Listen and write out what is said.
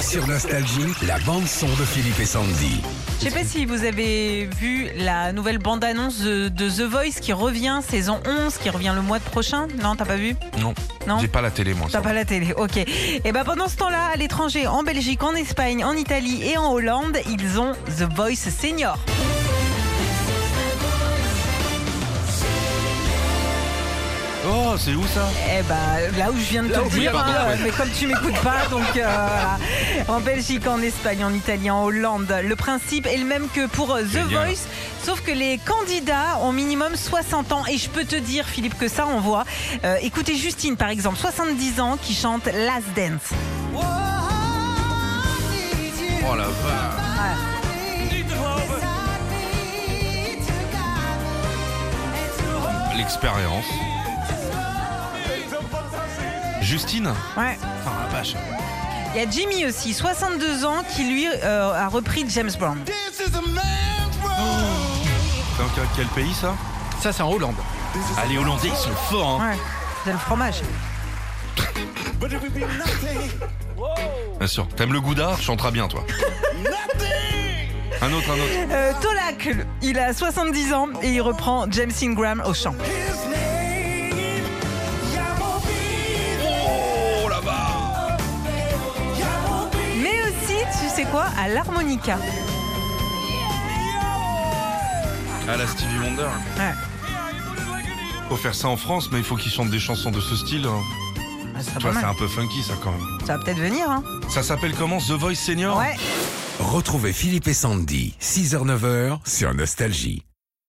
Sur Nostalgie, la bande-son de Philippe et Sandy. Je sais pas si vous avez vu la nouvelle bande-annonce de, de The Voice qui revient, saison 11, qui revient le mois de prochain. Non, t'as pas vu Non. Non. J'ai pas la télé, moi. T'as ça. pas la télé, ok. Et ben pendant ce temps-là, à l'étranger, en Belgique, en Espagne, en Italie et en Hollande, ils ont The Voice Senior. Oh, c'est où ça Eh ben là où je viens de te le dire, hein, mais comme tu m'écoutes pas, donc euh, voilà. en Belgique, en Espagne, en Italie, en Hollande, le principe est le même que pour euh, The Génial. Voice, sauf que les candidats ont minimum 60 ans. Et je peux te dire, Philippe, que ça on voit. Euh, écoutez Justine, par exemple, 70 ans, qui chante Last Dance. Oh la vache. L'expérience. Justine Ouais. Putain, Ah, la vache. Il y a Jimmy aussi, 62 ans, qui lui euh, a repris James Brown. Dans quel- quel pays ça Ça, c'est en Hollande. Ah, les Hollandais, ils sont forts. Hein. Ouais, c'est le fromage. Bien sûr. T'aimes le gouda Tu chanteras bien, toi. un autre, un autre. Euh, Tolak, il a 70 ans et il reprend James Ingram au chant. Oh là-bas Mais aussi, tu sais quoi, à l'harmonica. Ah, la Stevie Wonder. Ouais. Faut faire ça en France, mais il faut qu'ils chantent des chansons de ce style. hein. Ah, c'est Tu pas vois, c'est mal. un peu funky, ça, quand même. Ça va peut-être venir, hein. Ça s'appelle comment The Voice Senior Ouais. Retrouvez Philippe et Sandy, 6h-9h, sur Nostalgie.